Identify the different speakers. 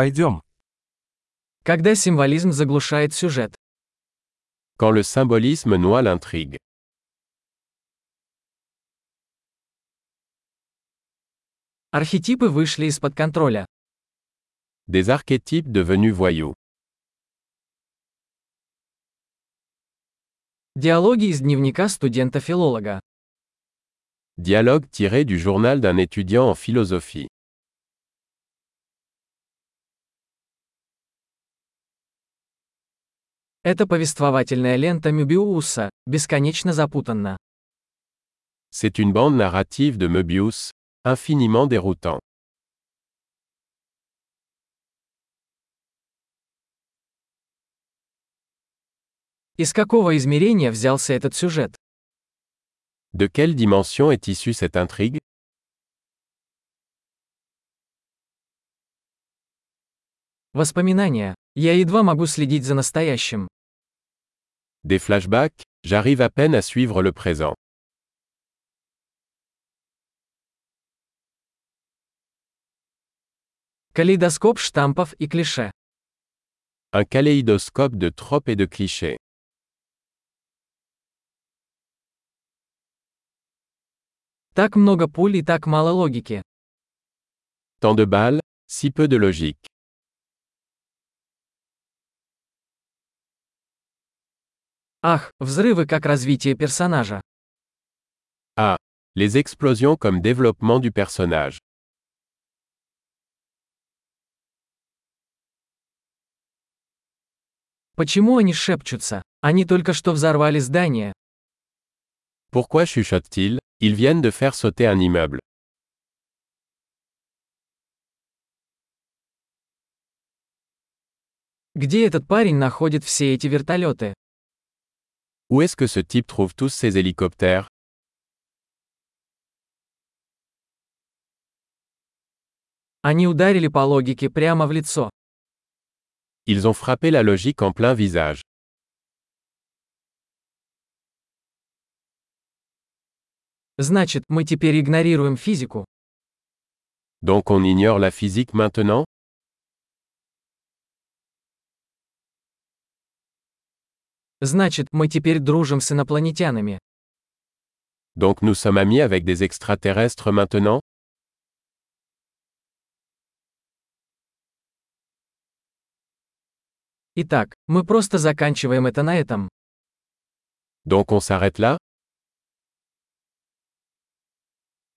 Speaker 1: Пойдем.
Speaker 2: Когда символизм заглушает сюжет.
Speaker 3: Quand le symbolisme noie l'intrigue.
Speaker 2: Архетипы вышли из-под контроля.
Speaker 3: Des archétypes devenus voyous.
Speaker 2: Диалоги из дневника студента-филолога.
Speaker 3: Dialogue tiré du journal d'un étudiant en philosophie.
Speaker 2: Это повествовательная лента Мюбиуса, бесконечно запутанна.
Speaker 3: C'est une bande narrative de Möbius, infiniment déroutant.
Speaker 2: Из какого измерения взялся этот сюжет?
Speaker 3: De quelle dimension est issue cette intrigue
Speaker 2: Воспоминания. Я едва могу следить за настоящим.
Speaker 3: Des flashbacks J'arrive à peine à suivre le présent.
Speaker 2: Калейдоскоп штампов и клише.
Speaker 3: Un kaléidoscope de tropes et de clichés.
Speaker 2: Так много пуль и так мало логики.
Speaker 3: Tant de balles, si peu de logique.
Speaker 2: Ах, взрывы как развитие персонажа.
Speaker 3: Les explosions comme développement du personnage.
Speaker 2: Почему они шепчутся? Они только что взорвали здание.
Speaker 3: Pourquoi chuchotent-ils Ils viennent de faire sauter un immeuble.
Speaker 2: Где этот парень находит все эти вертолеты?
Speaker 3: Où est-ce que ce type trouve tous ces hélicoptères
Speaker 2: Они ударили по логике прямо в лицо.
Speaker 3: Ils ont frappé la logique en plein visage.
Speaker 2: Значит, мы теперь игнорируем физику.
Speaker 3: Donc on ignore la physique maintenant
Speaker 2: Значит, мы теперь дружим с инопланетянами.
Speaker 3: Donc nous sommes amis avec des extraterrestres maintenant
Speaker 2: Итак, мы просто заканчиваем это на этом.
Speaker 3: Donc on s'arrête là